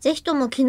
ぜひとも昨日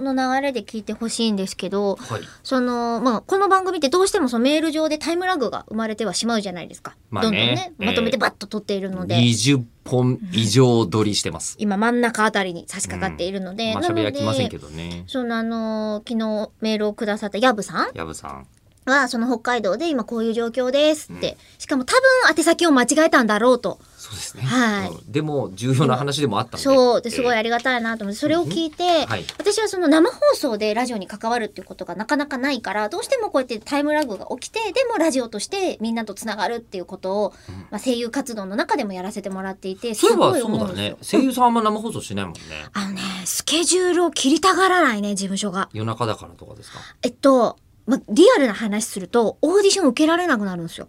の流れで聞いてほしいんですけど、はいその、まあ、この番組ってどうしてもそのメール上でタイムラグが生まれてはしまうじゃないですか。まあどねんどんね、まとめてバッと取っているので、 20本以上撮りしてます。今真ん中あたりに差し掛かっているので、まあなの喋でりはきませんけどね。そのあの昨日メールをくださったヤブさんやぶさん。はその北海道で今こういう状況ですって、しかも多分宛先を間違えたんだろうとそうですね。はいうんでも重要な話でもあったんで。そうですごいえありがたいなと思ってそれを聞いて、ーはい。私はその生放送でラジオに関わるっていうことがなかなかないからどうしてもこうやってタイムラグが起きてでもラジオとしてみんなとつながるっていうことを、うんまあ、声優活動の中でもやらせてもらっていてすそういえごばいそう思うだんですねよ。。声優さんあんま生放送しないもんね。あのねスケジュールを切りたがらないね事務所が。夜中だからとかですか。えっと、ま、リアルな話するとオーディション受けられなくなるんですよ。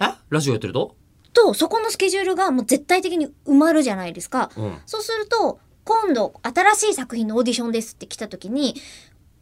えラジオやってるととそこのスケジュールがもう絶対的に埋まるじゃないですか。うん。そうすると今度新しい作品のオーディションですって来た時に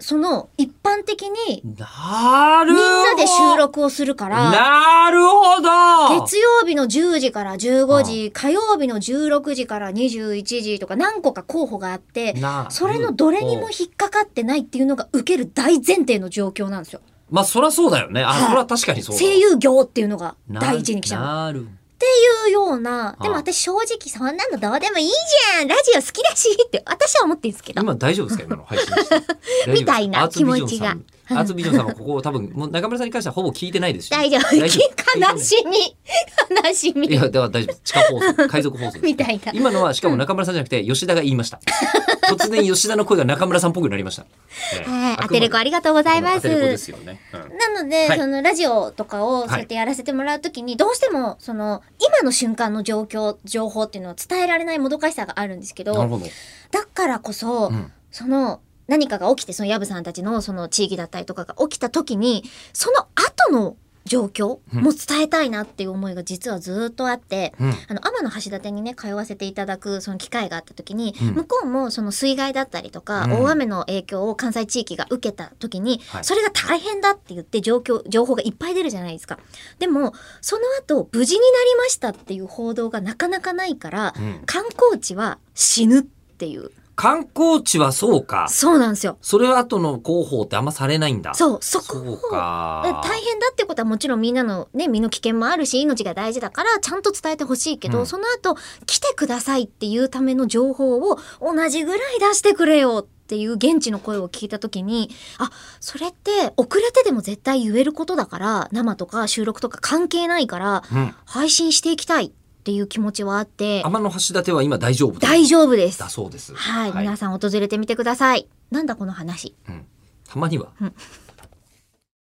その一般的になるみんほなどで収録をするからなるほど月曜日の10時から15時火曜日の16時から21時とか何個か候補があってなそれのどれにも引っかかってないっていうのが受ける大前提の状況なんですよ。まあそりゃそうだよね。あ、はいそりゃ確かにそうだ。声優業っていうのがな第一に来ちゃう。なっるていうような、でもああ私正直そんなのどうでもいいじゃんラジオ好きだしって私は思ってるんですけど。今大丈夫ですか今の配 信して大丈夫ですかみたいなアーツビジョンさん気持ちがアーツビジョンさんはここを多分もう中村さんに関してはほぼ聞いてないですし大丈夫。悲大丈夫しみ。悲しみ。いやでは大丈夫地下放送海賊放送です みたいな今のはしかも中村さんじゃなくて吉田が言いました 突然吉田の声が中村さんっぽくなりましたはい。アテレコありがとうございま。アテレコですすよね、うんなので、はいそのラジオとかをそうやってやらせてもらうときに、どうしても、その、今の瞬間の状況、情報っていうのを伝えられないもどかしさがあるんですけなるど、ほど、だからこそ、うんその、何かが起きて、そのヤブさんたちのその地域だったりとかが起きたときに、その後の状況も伝えたいなっていう思いが実はずーっとあって、うんあの天橋立にね通わせていただくその機会があった時に、うん向こうもその水害だったりとか、うん大雨の影響を関西地域が受けた時に、はいそれが大変だって言って状況情報がいっぱい出るじゃないですかでもその後無事になりましたっていう報道がなかなかないから、うん観光地は死ぬっていう観光地はそうかそうなんですよそれ後の広報ってあんまされないんだそうそこそうをかだから大変だってことはもちろんみんなのね身の危険もあるし命が大事だからちゃんと伝えてほしいけど、うんその後来てくださいっていうための情報を同じぐらい出してくれよっていう現地の声を聞いた時にあそれって遅れてでも絶対言えることだから生とか収録とか関係ないからうん配信していきたいっていう気持ちはあって天橋立は今大丈夫だ大丈夫ですだ。そうですはい、はい皆さん訪れてみてください。なんだこの話。うんたまには、うん